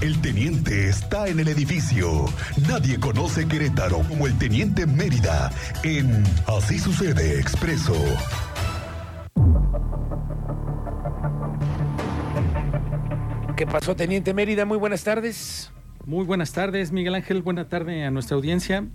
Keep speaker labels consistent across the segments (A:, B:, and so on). A: El teniente está en el edificio. Nadie conoce Querétaro como el teniente Mérida en Así sucede expreso.
B: ¿Qué pasó, teniente Mérida? Muy buenas tardes.
C: Muy buenas tardes, Miguel Ángel. Buena tarde a nuestra audiencia.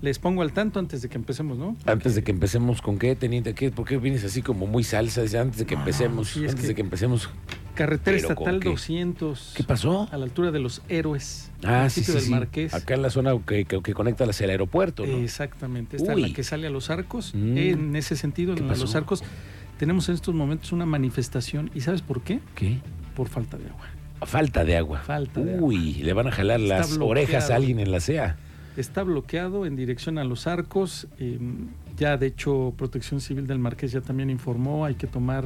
C: Les pongo al tanto antes de que empecemos, ¿no?
B: Antes de que empecemos, ¿con qué, teniente? ¿Qué, ¿Por qué vienes así como muy salsa? Dice, Antes de que empecemos,
C: Ah, sí, es
B: antes
C: que-
B: de que empecemos.
C: Carretera
B: ¿Pero con
C: Estatal
B: qué?
C: 200.
B: ¿Qué pasó?
C: A la altura de los héroes.
B: Ah, sí,
C: municipio
B: sí,
C: del
B: sí.
C: Marqués.
B: Acá en la zona que, que- que conecta hacia el aeropuerto, ¿no?
C: Exactamente. Esta
B: Uy.
C: es la que sale a los arcos.
B: Mm.
C: En ese sentido,
B: ¿Qué
C: en la de los
B: pasó?
C: arcos, tenemos en estos momentos una manifestación. ¿Y sabes por qué?
B: ¿Qué?
C: Por falta de agua.
B: Falta de agua.
C: Falta de agua.
B: Uy, le van a jalar
C: Está
B: las orejas a
C: bloqueado.
B: alguien en la CEA.
C: Está bloqueado en dirección a los arcos. eh, ya, de hecho, Protección Civil del Marqués ya también informó. Hay que tomar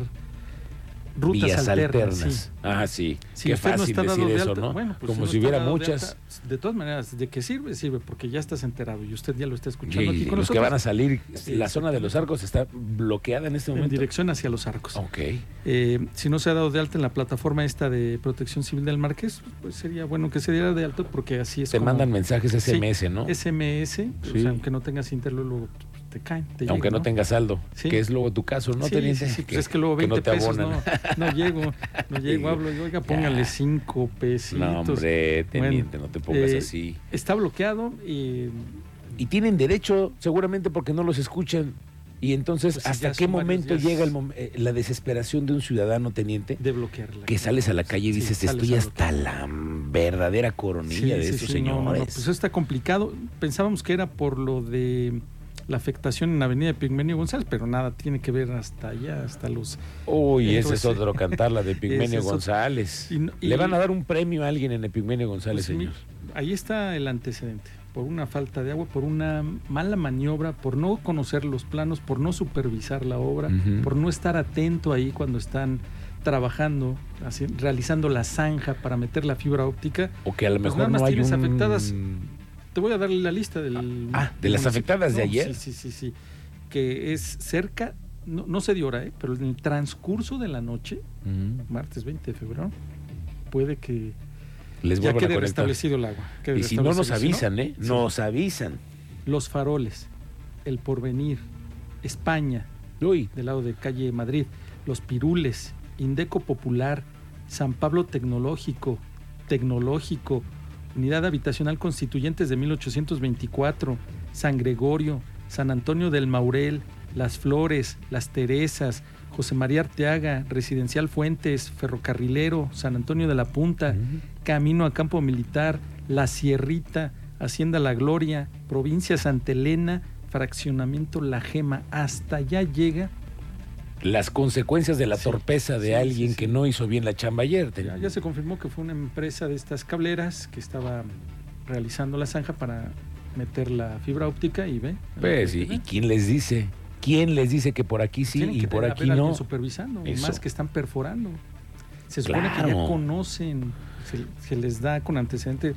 C: rutas
B: Vías
C: alternas.
B: alternas.
C: sí.
B: Ah, sí.
C: Si
B: Qué
C: usted no
B: fácil
C: está dado
B: decir
C: de
B: eso,
C: alta-
B: ¿no?
C: bueno, pues
B: como
C: no
B: si
C: está
B: hubiera
C: dado de
B: muchas.
C: alta, de todas maneras, de qué sirve, sirve, porque ya estás enterado y usted ya lo
B: Y
C: está escuchando aquí con
B: los
C: nosotros.
B: que van a salir,
C: Sí,
B: la zona de los arcos está bloqueada en este
C: en pues.
B: momento. Oh.
C: dirección hacia los arcos.
B: Ok.
C: Eh, si no se ha dado de alta en la plataforma esta de Protección Civil del Marqués, pues sería bueno que se diera de alta porque así es
B: Te
C: como-
B: mandan mensajes
C: Sí,
B: SMS, ¿no?
C: SMS, o
B: Sí.
C: sea, aunque no tengas interluego, luego pues, te caen. te
B: Aunque
C: llegan,
B: no tengas saldo,
C: Sí.
B: que es luego tu caso, ¿no?
C: Sí,
B: Teniente?
C: sí, sí, pues es que luego 20
B: no te
C: pesos no,
B: abonan.
C: no llego, no llego, hablo, y, oiga, póngale 5 pesitos.
B: No, hombre, teniente, no te pongas
C: eh,
B: así.
C: Está bloqueado y
B: Y tienen derecho, seguramente, porque no los escuchan. Y entonces,
C: Pues sí,
B: ¿hasta
C: ya
B: qué
C: son varios
B: momento
C: días.
B: llega el mom- eh, la desesperación de un ciudadano, teniente?
C: de bloquearla.
B: Que sales a la calle y
C: Sí,
B: dices,
C: sales
B: estoy
C: a
B: hasta la verdadera coronilla
C: Sí,
B: de
C: sí,
B: estos
C: sí, no, no,
B: señores.
C: no, pues eso está complicado. Pensábamos que era por lo de la afectación en la avenida Pigmenio González, pero nada, tiene que ver hasta allá, hasta los...
B: Uy, ese es
C: Entonces-
B: otro cantar, la de
C: Ese
B: Epigmenio
C: es otro.
B: González.
C: Y no- y-
B: Le van a dar un premio a alguien en Epigmenio González,
C: Pues,
B: señor.
C: mi- Ahí está el antecedente, por una falta de agua, por una mala maniobra, por no conocer los planos, por no supervisar la obra,
B: Ujú.
C: por no estar atento ahí cuando están trabajando, así, realizando la zanja para meter la fibra óptica.
B: O que a lo
C: Pues
B: mejor
C: nada más
B: no hay
C: tienes
B: un...
C: afectadas. Te voy a darle la lista del...
B: Ah, de las
C: municipio.
B: afectadas de
C: No,
B: ayer.
C: Sí, sí, sí, sí. Que es cerca, no, no sé de hora, ¿eh? pero en el transcurso de la noche,
B: Mm.
C: martes 20 de febrero, puede que
B: Les vuelvan
C: ya
B: a
C: quede
B: conectar.
C: restablecido el agua. quede
B: Y si no nos
C: restablecido,
B: avisan, ¿eh?
C: Sí.
B: Nos avisan.
C: Los faroles, el porvenir, España,
B: Uy,
C: del lado de calle Madrid, los pirules, Indeco Popular, San Pablo Tecnológico, Tecnológico, Unidad Habitacional Constituyentes de 1824, San Gregorio, San Antonio del Maurel, Las Flores, Las Teresas, José María Arteaga, Residencial Fuentes, Ferrocarrilero, San Antonio de la Punta,
B: Ujú.
C: Camino a Campo Militar, La Sierrita, Hacienda La Gloria, Provincia Santa Elena, Fraccionamiento La Gema. Hasta allá llega.
B: las consecuencias de la
C: Sí,
B: torpeza de
C: sí,
B: alguien
C: sí, sí.
B: que no hizo bien la chamba ayer. ten-
C: Ya, ya se confirmó que fue una empresa de estas cableras que estaba realizando la zanja para meter la fibra óptica y ve.
B: Pues, ¿y, y quién les dice? ¿Quién les dice que por aquí sí
C: Tienen
B: y
C: que
B: por
C: tener-
B: aquí
C: haber alguien
B: no?
C: supervisando, y
B: Eso.
C: más que están perforando. Se supone que
B: Claro.
C: ya conocen, se, se les da con antecedente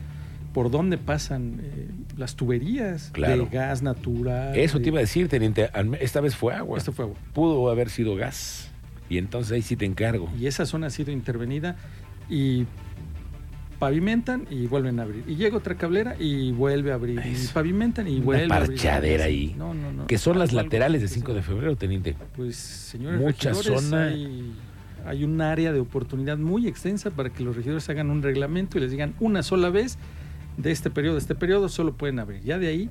C: por dónde pasan eh, las tuberías
B: Claro.
C: de gas natural.
B: Eso
C: de-
B: te iba a decir, teniente. al me- Esta vez fue agua.
C: Esto fue agua.
B: Pudo haber sido gas. Y entonces ahí sí te encargo.
C: Y esa zona ha sido intervenida y pavimentan y vuelven a abrir. Y llega otra cablera y vuelve a abrir.
B: Eso.
C: Y pavimentan y
B: Una
C: vuelve a abrir.
B: parchadera ahí.
C: No, no, no.
B: Que son las
C: Algo, algo
B: laterales de
C: que
B: 5 de
C: se-
B: febrero, teniente.
C: Pues, señores
B: Mucha
C: regidores,
B: zona.
C: Hay, hay un área de oportunidad muy extensa para que los regidores hagan un reglamento y les digan una sola vez de este periodo, a este periodo solo pueden abrir. Ya de ahí,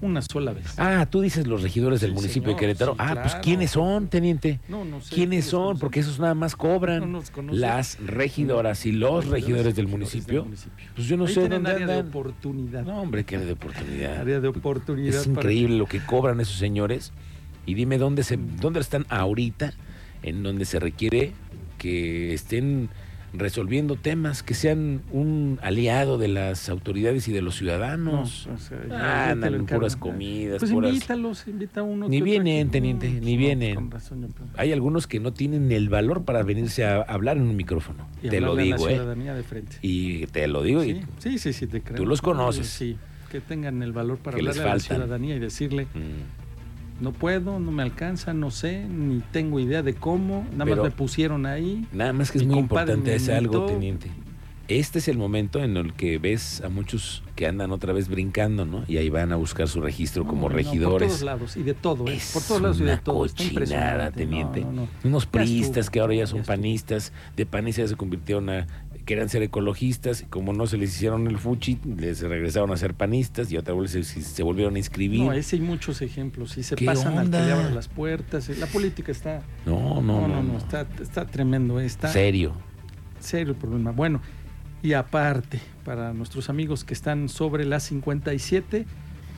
C: una sola vez.
B: Ah, tú dices los regidores del
C: Sí,
B: municipio de
C: señor,
B: Querétaro.
C: sí,
B: ah, pues
C: claro.
B: ¿quiénes son, teniente?
C: No, no sé.
B: ¿Quiénes
C: Los
B: son?
C: conocen.
B: Porque esos nada más cobran.
C: No nos conocen.
B: las regidoras y los regidores del municipio. Pues yo no
C: Ahí
B: sé
C: tienen
B: dónde
C: área de
B: andan.
C: oportunidad.
B: No, hombre, que de oportunidad.
C: área de oportunidad.
B: Es
C: para-
B: increíble lo que cobran esos señores. Y dime dónde se, dónde están ahorita, en donde se requiere que estén resolviendo temas, que sean un aliado de las autoridades y de los
C: No, o
B: ciudadanos.
C: sea, ya-
B: Ah,
C: ya te
B: andan
C: lo
B: en
C: encargo.
B: puras comidas,
C: Pues
B: puras-
C: invítalos, invita a uno.
B: Ni
C: que otro
B: vienen,
C: aquí.
B: teniente, ni
C: pues
B: vienen.
C: con razón, yo creo.
B: Hay algunos que no tienen el valor para venirse a hablar en un micrófono.
C: Y
B: te lo
C: hablarle a
B: digo,
C: la
B: ¿eh?
C: ciudadanía de frente.
B: Y te lo digo. y-
C: sí, sí, sí, sí, te creo.
B: tú los conoces.
C: Sí, que tengan el valor para
B: Que les
C: hablarle a la
B: faltan.
C: ciudadanía y decirle,
B: Mm,
C: no puedo, no me alcanza, no sé, ni tengo idea de cómo, nada
B: Pero-
C: más me pusieron ahí.
B: Nada más que es
C: Mi
B: muy
C: compadre
B: importante
C: me
B: es algo,
C: invitó.
B: teniente. Este es el momento en el que ves a muchos que andan otra vez brincando, ¿no? Y ahí van a buscar su registro como
C: No, no, por
B: regidores.
C: todos lados y de todo, ¿eh?
B: Es
C: por todos lados y de
B: una
C: todo. Está
B: cochinada,
C: impresionante. No,
B: teniente.
C: no, no.
B: Unos
C: Ya estuvo,
B: priistas que ahora ya
C: ya
B: son
C: estuvo.
B: panistas, de panistas se convirtieron a querían ser ecologistas, y como no se les hicieron el fuchi, les regresaron a ser panistas y otra vez se, se volvieron a inscribir.
C: No, ese hay muchos ejemplos. Y se
B: ¿Qué
C: pasan al
B: onda?
C: que le abran las puertas. eh, La política está.
B: No, no, no, no.
C: está, está tremendo. eh, Está
B: Serio.
C: serio el problema. Bueno, y aparte, para nuestros amigos que están sobre la 57,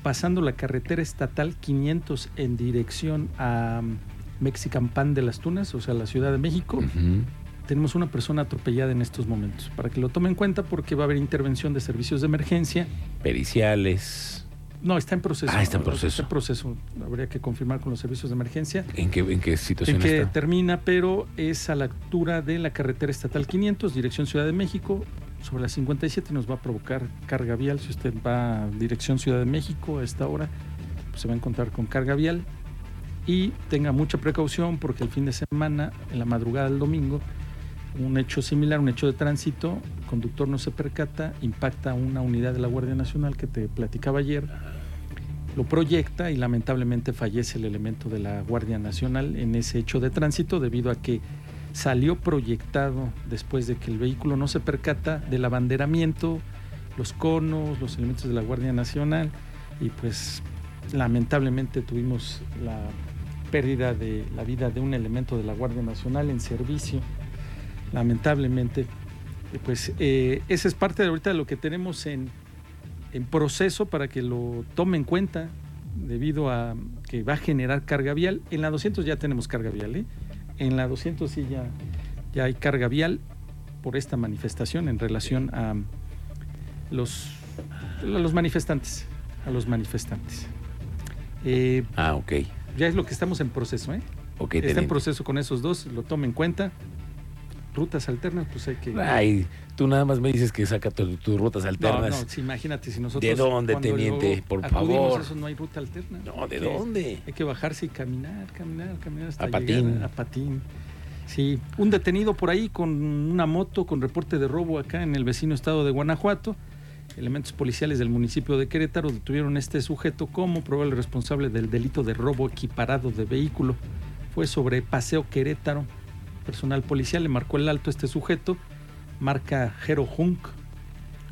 C: pasando la carretera estatal 500 en dirección a mm, Mexican Pan de las Tunas, o sea, la Ciudad de México,
B: Ujú.
C: tenemos una persona atropellada en estos momentos. Para que lo tomen en cuenta, porque va a haber intervención de servicios de emergencia.
B: Periciales.
C: No, está en proceso.
B: Ah, está en
C: ¿no?
B: proceso.
C: Está en proceso. Habría que confirmar con los servicios de emergencia.
B: ¿En qué, en qué
C: El
B: situación
C: que
B: está?
C: termina, pero es a la altura de la carretera estatal 500, dirección Ciudad de México. Sobre la 57 nos va a provocar carga vial. Si usted va a dirección Ciudad de México a esta hora, pues se va a encontrar con carga vial. Y tenga mucha precaución porque el fin de semana, en la madrugada del domingo, un hecho similar, un hecho de tránsito, el conductor no se percata, impacta una unidad de la Guardia Nacional que te platicaba ayer, lo proyecta y lamentablemente fallece el elemento de la Guardia Nacional en ese hecho de tránsito debido a que salió proyectado después de que el vehículo no se percata del abanderamiento, los conos, los elementos de la Guardia Nacional y pues lamentablemente tuvimos la pérdida de la vida de un elemento de la Guardia Nacional en servicio, lamentablemente. Y, Pues eh, esa es parte de ahorita de lo que tenemos en, en proceso para que lo tome en cuenta debido a que va a generar carga vial. En la 200 ya tenemos carga vial, ¿eh? En la 200 sí ya, ya hay carga vial por esta manifestación en relación a los, a los manifestantes. A los manifestantes. Eh,
B: Ah, ok.
C: ya es lo que estamos en proceso, ¿eh?
B: Ok,
C: Está en
B: teniente.
C: proceso con esos dos, lo tome en cuenta. Rutas alternas, pues hay que...
B: Ay, tú nada más me dices que saca tu- tus rutas
C: No,
B: alternas.
C: no, sí, imagínate si nosotros.
B: ¿De dónde,
C: cuando
B: teniente?
C: luego
B: Por
C: acudimos
B: favor.
C: a Eso no hay ruta alterna.
B: No, ¿de
C: Hay que-
B: dónde?
C: Hay que bajarse y caminar, caminar, caminar hasta
B: A
C: llegar
B: patín.
C: a patín. Sí, un detenido por ahí con una moto con reporte de robo acá en el vecino estado de Guanajuato. Elementos policiales del municipio de Querétaro detuvieron a este sujeto como probable responsable del delito de robo equiparado de vehículo. Fue sobre Paseo Querétaro. Personal policial le marcó el alto a este sujeto, marca Jero Hunk.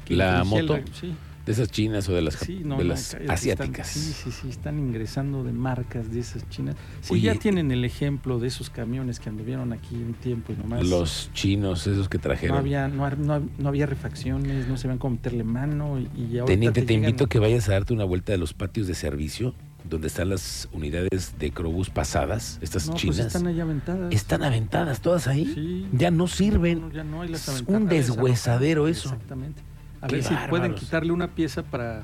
B: La
C: Dirigía
B: moto.
C: sí,
B: De esas chinas o de las, jap-
C: Sí, no,
B: de
C: no,
B: las
C: cállate,
B: asiáticas.
C: están- sí, sí, sí, están ingresando de marcas de esas chinas. Sí,
B: Oye,
C: ya tienen el ejemplo de esos camiones que anduvieron aquí un tiempo y nomás.
B: Los chinos, esos que
C: no
B: trajeron.
C: había, no, hab- no hab- no había refacciones, no sabían cómo meterle mano y, y ahorita
B: Teniente, te,
C: llegan-
B: invito a que vayas a darte una vuelta de los patios de servicio, donde están las unidades de Crobus pasadas, estas
C: No, pues
B: chinas.
C: están
B: están,
C: ahí aventadas.
B: aventadas todas ahí.
C: Sí.
B: Ya no
C: No,
B: sirven.
C: ya no hay las
B: Es
C: aventadas.
B: un
C: Ah, les
B: deshuesadero
C: arrojaron,
B: eso.
C: Exactamente. A
B: Qué
C: ver si pueden
B: bárbaros.
C: quitarle una pieza para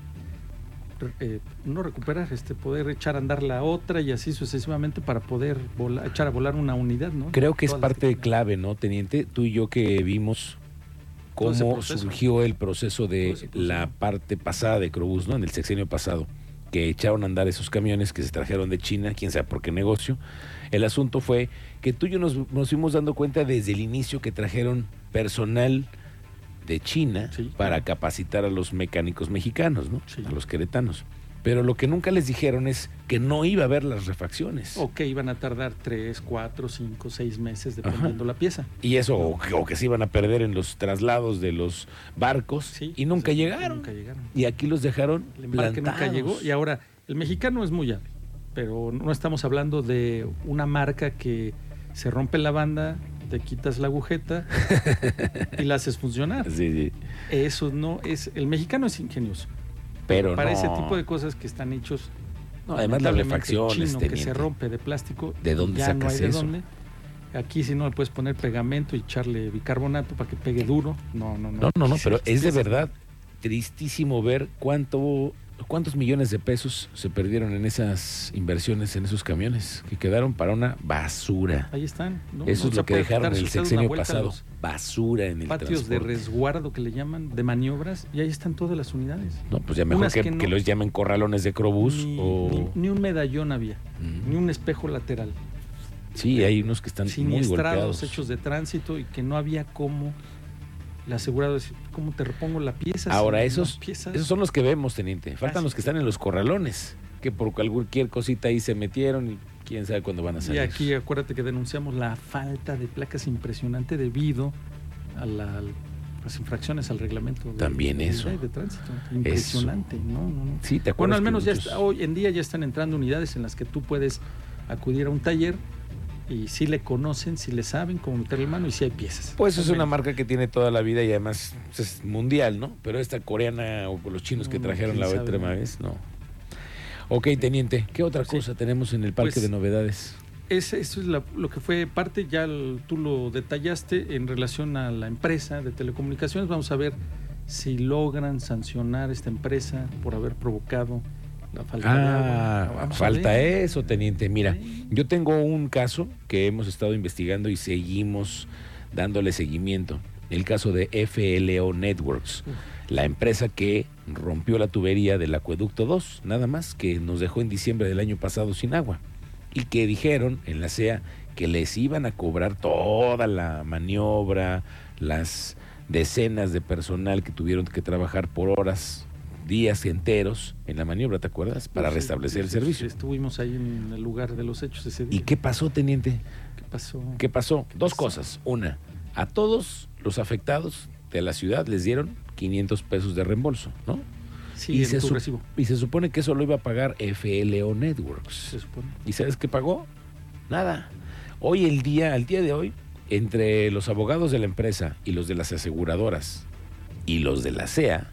C: eh, no recuperar, este, poder echar a andar la otra y así sucesivamente para poder volar- echar a volar una unidad, ¿no?
B: Creo que es
C: Todas las
B: parte
C: tienen.
B: clave, ¿no, Teniente? Tú y yo que vimos
C: Todo ese
B: cómo
C: proceso.
B: surgió el proceso de
C: Todo ese proceso.
B: la parte pasada de Crobus, ¿no? En el sexenio pasado, que echaron a andar esos camiones que se trajeron de China, quién sabe por qué negocio. El asunto fue que tú y yo nos, nos fuimos dando cuenta desde el inicio que trajeron personal de China
C: Sí.
B: para capacitar a los mecánicos mexicanos, ¿no?
C: Sí.
B: A los queretanos. Pero lo que nunca les dijeron es que no iba a haber las refacciones.
C: O que iban a tardar 3, 4, 5, 6 meses dependiendo la pieza.
B: Y eso, o, que- o que se iban a perder en los traslados de los barcos
C: Sí,
B: y nunca
C: exacto,
B: llegaron.
C: Nunca llegaron.
B: Y aquí los dejaron
C: El embarque
B: plantados.
C: nunca llegó. Y ahora, el mexicano es muy hábil, pero no estamos hablando de una marca que se rompe la banda, te quitas la agujeta y la haces funcionar.
B: Sí, sí.
C: Eso no es. El mexicano es ingenioso.
B: Pero
C: Para
B: no.
C: ese tipo de cosas que están hechos.
B: No, además las
C: lamentablemente,
B: refacciones,
C: chino, que
B: teniente.
C: se rompe de plástico.
B: ¿De dónde
C: ya no
B: sacas
C: hay de
B: eso?
C: dónde. Aquí si no le puedes poner pegamento y echarle bicarbonato para que pegue duro. No, no, no.
B: No, no, no,
C: Sí,
B: pero
C: sí,
B: es de
C: sí.
B: verdad tristísimo ver cuánto, cuántos millones de pesos se perdieron en esas inversiones, en esos camiones, que quedaron para una basura.
C: Ahí están.
B: Eso
C: ¿no? No
B: es
C: se
B: lo que
C: puede
B: dejaron
C: quitar,
B: el
C: si usted da una
B: sexenio
C: vuelta a
B: pasado.
C: los
B: Basura en el
C: Patios de
B: transporte.
C: resguardo que le llaman, de maniobras, y ahí están todas las unidades.
B: No, pues ya mejor
C: Unas
B: que,
C: que no-
B: que los llamen corralones de Crobús
C: ni,
B: o...
C: ni- ni un medallón había,
B: Mm.
C: ni un espejo lateral.
B: Sí, hay unos que están muy
C: Siniestrados,
B: golpeados.
C: hechos de tránsito y que no había cómo el asegurado dice, ¿cómo te repongo la pieza?
B: Ahora,
C: si
B: esos,
C: la pieza-
B: esos son los que vemos, teniente. Faltan
C: Ah,
B: los
C: sí.
B: que están en los corralones, que por cualquier cosita ahí se metieron y quién sabe cuándo van a
C: Y
B: salir.
C: aquí acuérdate que denunciamos la falta de placas impresionante debido a la- las infracciones al reglamento de,
B: También
C: de
B: eso.
C: movilidad y de tránsito. Impresionante, ¿no? no, no.
B: Sí, ¿te acuerdas?
C: Bueno, al
B: que
C: menos ya
B: muchos-
C: está- hoy en día ya están entrando unidades en las que tú puedes acudir a un taller y si le conocen, si le saben cómo meterle mano y si hay piezas.
B: Pues es
C: Al
B: una
C: menos.
B: marca que tiene toda la vida y además pues, es mundial, ¿no? Pero esta coreana o los chinos que
C: No,
B: trajeron
C: quién
B: la
C: sabe,
B: última
C: ¿no?
B: vez, no. Ok, teniente, ¿qué otra
C: Sí.
B: cosa tenemos en el parque
C: Pues-
B: de novedades?
C: Ese- eso es la- lo que fue parte, ya el- tú lo detallaste en relación a la empresa de telecomunicaciones. Vamos a ver si logran sancionar esta empresa por haber provocado la falta de
B: Ah,
C: agua. Vamos a
B: falta
C: ver.
B: eso, teniente. Mira,
C: Sí.
B: yo tengo un caso que hemos estado investigando y seguimos dándole seguimiento. El caso de FLO Networks, la empresa que rompió la tubería del acueducto 2, nada más, que nos dejó en diciembre del año pasado sin agua. Y que dijeron en la CEA que les iban a cobrar toda la maniobra, las decenas de personal que tuvieron que trabajar por horas, días enteros en la maniobra, ¿te acuerdas? Para
C: Sí,
B: restablecer el
C: sí, sí,
B: servicio.
C: Estuvimos ahí en el lugar de los hechos ese día.
B: ¿Y qué pasó, teniente?
C: ¿Qué pasó?
B: ¿Qué pasó? Dos
C: pasó?
B: cosas. Una, a todos los afectados de la ciudad les dieron 500 pesos de reembolso, ¿no?
C: Sí,
B: y
C: en
B: se
C: tu
B: sup-
C: recibo,
B: Y se supone que eso lo iba a pagar FLO
C: se
B: Networks.
C: supone.
B: ¿Y sabes qué pagó? Nada. Hoy el día, al día de hoy, entre los abogados de la empresa y los de las aseguradoras y los de la CEA,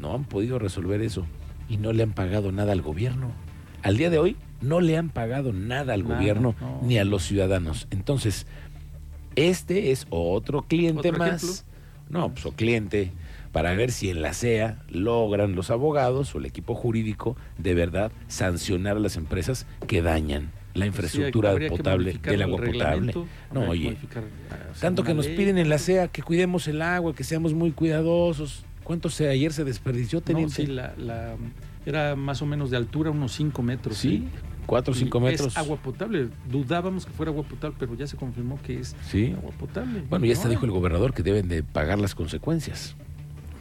B: no han podido resolver eso y no le han pagado nada al gobierno. Al día de hoy no le han pagado nada al
C: Nada,
B: gobierno
C: no.
B: ni a los ciudadanos. Entonces, este es otro cliente
C: ¿Otro
B: más.
C: ejemplo?
B: No, pues o cliente para ver si en la CEA logran los abogados o el equipo jurídico de verdad sancionar a las empresas que dañan la infraestructura
C: Sí, habría que
B: potable
C: modificar
B: del
C: el
B: agua potable.
C: reglamento,
B: No,
C: habría que
B: oye,
C: modificar, ah, o sea,
B: Tanto que
C: una
B: nos
C: ley,
B: piden en la CEA que cuidemos el agua, que seamos muy cuidadosos. ¿Cuánto se ayer se desperdició
C: No,
B: teniente?
C: sí, la, la- era más o menos de altura, unos 5 metros.
B: sí,
C: ¿eh?
B: cuatro o
C: Y
B: cinco metros.
C: Es agua potable. Dudábamos que fuera agua potable, pero ya se confirmó que es
B: Sí.
C: agua potable.
B: Bueno, ya hasta
C: No,
B: dijo el gobernador que deben de pagar las consecuencias.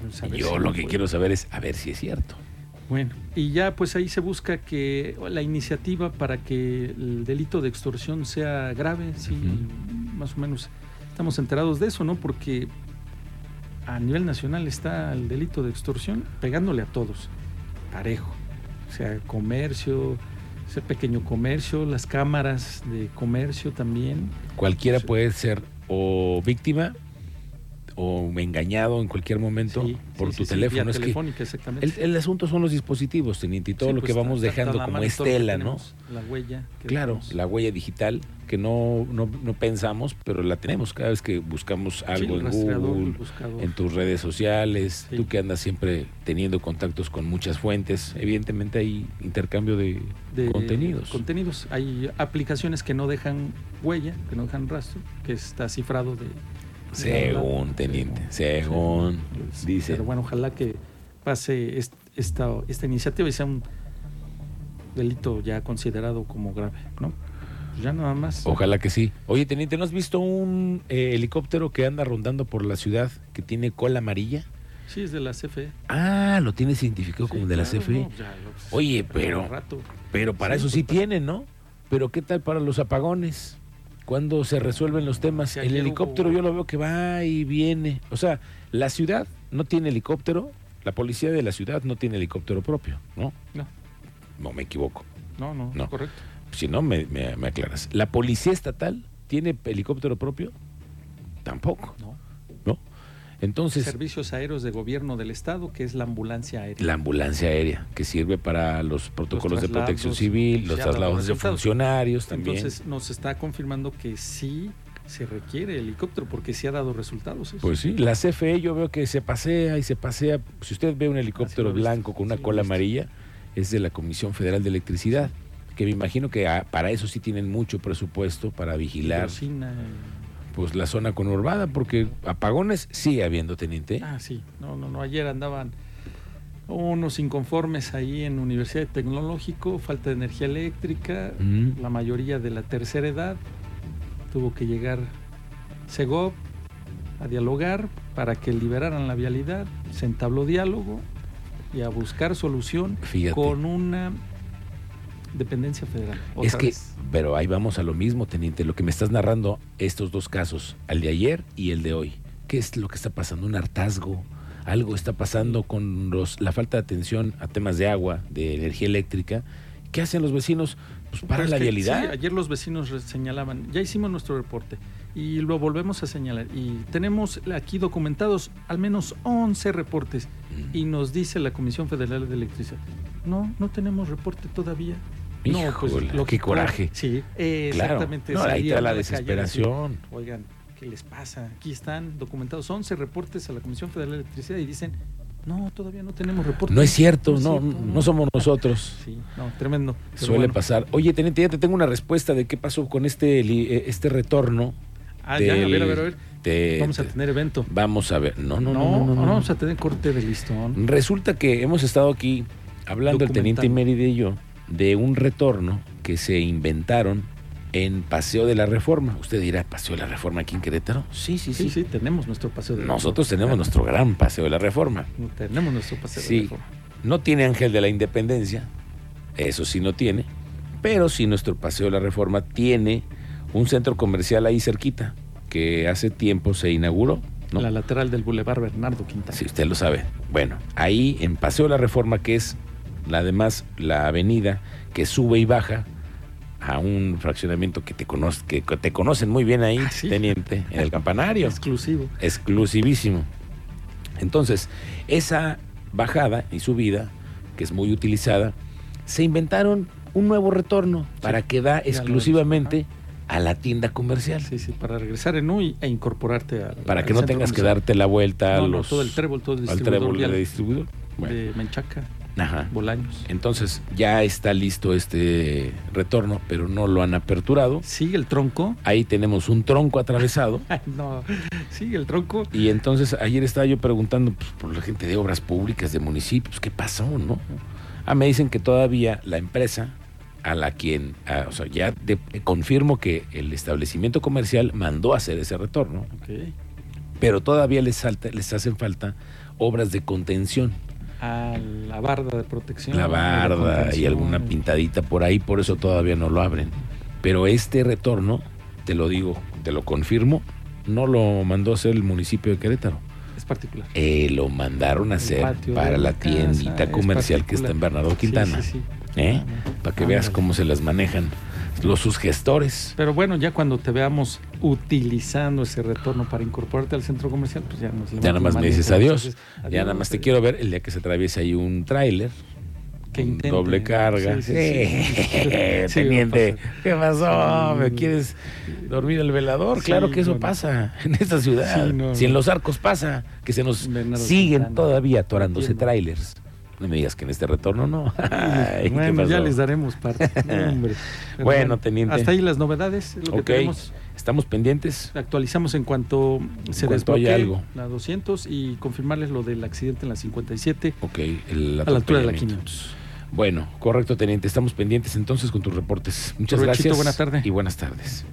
C: pues, a ver
B: Yo
C: si
B: lo
C: no
B: que
C: puede.
B: quiero saber es a ver si es cierto.
C: Bueno, y ya pues ahí se busca que la iniciativa para que el delito de extorsión sea grave, sí, más o menos estamos enterados de eso, ¿no? Porque a nivel nacional está el delito de extorsión pegándole a todos, parejo. O sea, comercio, ese pequeño comercio, las cámaras de comercio también.
B: Cualquiera
C: Sí.
B: puede ser o víctima o engañado en cualquier momento
C: Sí,
B: por
C: sí,
B: tu
C: sí, sí,
B: teléfono.
C: vía
B: es que
C: telefónica, exactamente.
B: el, el asunto son los dispositivos, teniente, y todo
C: Sí,
B: lo
C: pues,
B: que vamos
C: ta- ta-
B: dejando
C: la
B: como
C: mano y todo lo que
B: estela, ¿no?
C: tenemos, La huella. que
B: Claro,
C: dejamos.
B: la huella digital que no, no, no pensamos, pero la tenemos cada vez que buscamos
C: Sí, el
B: algo en
C: rastreador, el
B: Google,
C: buscador.
B: en tus redes sociales,
C: Sí.
B: tú que andas siempre teniendo contactos con muchas fuentes, evidentemente hay intercambio de,
C: de
B: contenidos.
C: contenidos. Hay aplicaciones que no dejan huella, que no dejan rastro, que está cifrado de... de
B: según,
C: la-
B: teniente,
C: según.
B: según, dice.
C: Pero bueno, ojalá que pase est- esta, esta iniciativa y sea un delito ya considerado como grave, ¿no? Pues ya nada más.
B: Ojalá que sí. Oye, teniente, ¿no has visto un eh, helicóptero que anda rondando por la ciudad que tiene cola amarilla?
C: Sí, es de la CFE.
B: Ah, lo tienes identificado como
C: Sí,
B: de la
C: claro,
B: CFE.
C: no, ya lo-
B: Oye,
C: al
B: pero
C: rato.
B: Pero para
C: Sí,
B: eso sí tienen, ¿no? Pero ¿qué tal para los apagones? Cuando se resuelven los temas,
C: Si
B: el
C: ayer
B: helicóptero
C: hubo-
B: yo lo veo que va y viene. O sea, la ciudad no tiene helicóptero, la policía de la ciudad no tiene helicóptero propio, ¿no?
C: No,
B: No me equivoco.
C: no, no,
B: No.
C: correcto.
B: Si no, me, me- me aclaras. ¿La policía estatal tiene helicóptero propio? Tampoco,
C: No.
B: ¿no? Entonces,
C: Servicios aéreos de gobierno del Estado, que es la ambulancia aérea.
B: la ambulancia aérea, que sirve para los protocolos de protección
C: traslados,
B: civil, los
C: ya
B: traslados de
C: los resultados.
B: funcionarios también.
C: Entonces nos está confirmando que sí se requiere helicóptero porque sí ha dado resultados. ¿eh? eso.
B: Pues sí, la CFE yo veo que se pasea y se pasea. Si usted ve un helicóptero
C: lo he visto,
B: blanco con una
C: sí lo he
B: cola
C: visto.
B: amarilla, es de la Comisión Federal de Electricidad, que me imagino que ah, para eso sí tienen mucho presupuesto para vigilar
C: Cocina, eh,
B: pues la zona conurbada, porque apagones sigue habiendo, teniente.
C: Ah, sí. No, no, no. Ayer andaban unos inconformes ahí en Universidad de Tecnológico, falta de energía eléctrica,
B: Mm.
C: la mayoría de la tercera edad. Tuvo que llegar Segov a dialogar para que liberaran la vialidad, se entabló diálogo y a buscar solución
B: Fíjate.
C: con una dependencia federal.
B: es
C: otra
B: que,
C: vez.
B: pero ahí vamos a lo mismo, teniente. Lo que me estás narrando, estos dos casos, el de ayer y el de hoy. ¿Qué es lo que está pasando? Un hartazgo. Algo está pasando con los, la falta de atención a temas de agua, de energía eléctrica. ¿Qué hacen los vecinos? Pues para
C: Pero
B: la
C: es que,
B: vialidad.
C: sí, ayer los vecinos re- señalaban, ya hicimos nuestro reporte y lo volvemos a señalar. Y tenemos aquí documentados al menos 11 reportes
B: Mm.
C: y nos dice la Comisión Federal de Electricidad, no, no tenemos reporte todavía. no, pues,
B: Híjole,
C: lo
B: qué
C: que-
B: coraje.
C: Sí,
B: Claro.
C: exactamente.
B: No, ahí
C: salían
B: está
C: a
B: la
C: calle a decir,
B: desesperación.
C: Oigan, ¿qué les pasa? Aquí están documentados 11 reportes a la Comisión Federal de Electricidad y dicen, no, todavía no tenemos reporte.
B: No es cierto,
C: es
B: no,
C: cierto,
B: no somos nosotros.
C: Sí, no, tremendo. Pero
B: Suele
C: bueno.
B: pasar. Oye, teniente, ya te tengo una respuesta de qué pasó con este, li- eh, este retorno.
C: Ah, ya, a ver, a ver, a ver.
B: de-
C: Vamos a
B: de-
C: tener evento.
B: Vamos a ver. eh, No, no, no.
C: No,
B: no, no, no. Mm,
C: vamos a tener corte de listón.
B: Resulta que hemos estado aquí hablando el teniente
C: Documentando.
B: Mérida y yo de un retorno que se inventaron en Paseo de la Reforma. Usted dirá, ¿Paseo de la Reforma aquí en Querétaro? Sí, sí,
C: Sí,
B: sí.
C: sí, tenemos nuestro paseo de
B: Nosotros tenemos nuestro gran Paseo de la Reforma.
C: nuestro. Tenemos nuestro paseo
B: Sí.
C: de reforma.
B: No tiene Ángel de la Independencia, eso sí no tiene, pero sí nuestro Paseo de la Reforma tiene un centro comercial ahí cerquita que hace tiempo se inauguró. ¿no?
C: La lateral del Boulevard Bernardo Quintana.
B: Si usted lo sabe. Bueno, ahí en Paseo de la Reforma, que es la además la avenida que sube y baja a un fraccionamiento que te, conoz- que que te conocen muy bien ahí,
C: Ah, sí.
B: teniente, en el campanario.
C: Exclusivo.
B: Exclusivísimo. Entonces, esa bajada y subida, que es muy utilizada, se inventaron un nuevo retorno para que da
C: vimos.
B: exclusivamente a la tienda comercial.
C: Sí, sí, para regresar en U y- e incorporarte a.
B: Para que no tengas que darte la vuelta a
C: No, no,
B: los-
C: todo el trébol, todo el
B: al
C: distribuidor
B: trébol
C: vial
B: de distribuidor. Bueno.
C: de Menchaca,
B: Ajá.
C: Bolaños.
B: Entonces ya está listo este retorno, pero no lo han aperturado.
C: Sigue el tronco.
B: Ahí tenemos un tronco atravesado.
C: Ay, no, sigue el tronco.
B: Y entonces ayer estaba yo preguntando pues, por la gente de obras públicas, de municipios, ¿qué pasó, no? Ah, me dicen que todavía la empresa a la quien, a- o sea, ya de- confirmo que el establecimiento comercial mandó a hacer ese retorno,
C: Ok.
B: pero todavía les, falta- les hacen falta obras de contención.
C: A la barda de protección.
B: la barda y
C: contención.
B: alguna pintadita por ahí, por eso todavía no lo abren. Pero este retorno, te lo digo, te lo confirmo, no lo mandó a hacer el municipio de Querétaro.
C: Es particular.
B: Eh, lo mandaron a
C: El
B: hacer
C: patio de
B: para la
C: casa
B: tiendita
C: es
B: comercial que está en
C: particular.
B: Bernardo
C: Sí,
B: Quintana.
C: sí, sí.
B: ¿eh?
C: Ah,
B: Para que veas
C: ándale.
B: cómo se las manejan los sus gestores.
C: Pero bueno, ya cuando te veamos utilizando ese retorno para incorporarte al centro comercial, pues ya nos
B: Ya nada más
C: levantas la
B: me
C: mano y
B: dices
C: te vamos a
B: adiós.
C: decir,
B: Ya
C: adiós,
B: nada más te
C: adiós.
B: quiero ver el día que se atraviese ahí un tráiler.
C: Que
B: con
C: intente.
B: doble carga.
C: Sí, sí, sí. Sí, va a
B: Teniente,
C: pasar.
B: ¿qué pasó? ¿Me
C: Sí.
B: quieres dormir el velador?
C: Sí,
B: claro que eso
C: no, no.
B: pasa en esta ciudad.
C: Sí, no,
B: si en
C: no.
B: los arcos pasa, que se nos
C: Bernardo
B: siguen
C: Quintana.
B: todavía atorándose
C: Entiendo.
B: trailers. No me digas que en este retorno no. Ay, ¿qué
C: bueno, ya
B: pasó?
C: les daremos parte. No, hombre. Pero
B: Bueno, teniente.
C: Hasta ahí las novedades, lo que
B: Ok.
C: tenemos.
B: Estamos pendientes.
C: Actualizamos en cuanto se
B: cuanto haya
C: desbloquee
B: algo.
C: la 200 y confirmarles lo del accidente en la 57
B: Ok, el
C: a la altura de la
B: atropellamiento.
C: 500.
B: Bueno, correcto, teniente. Estamos pendientes entonces con tus reportes. Muchas
C: Provechito,
B: gracias.
C: buena tarde.
B: Y buenas tardes.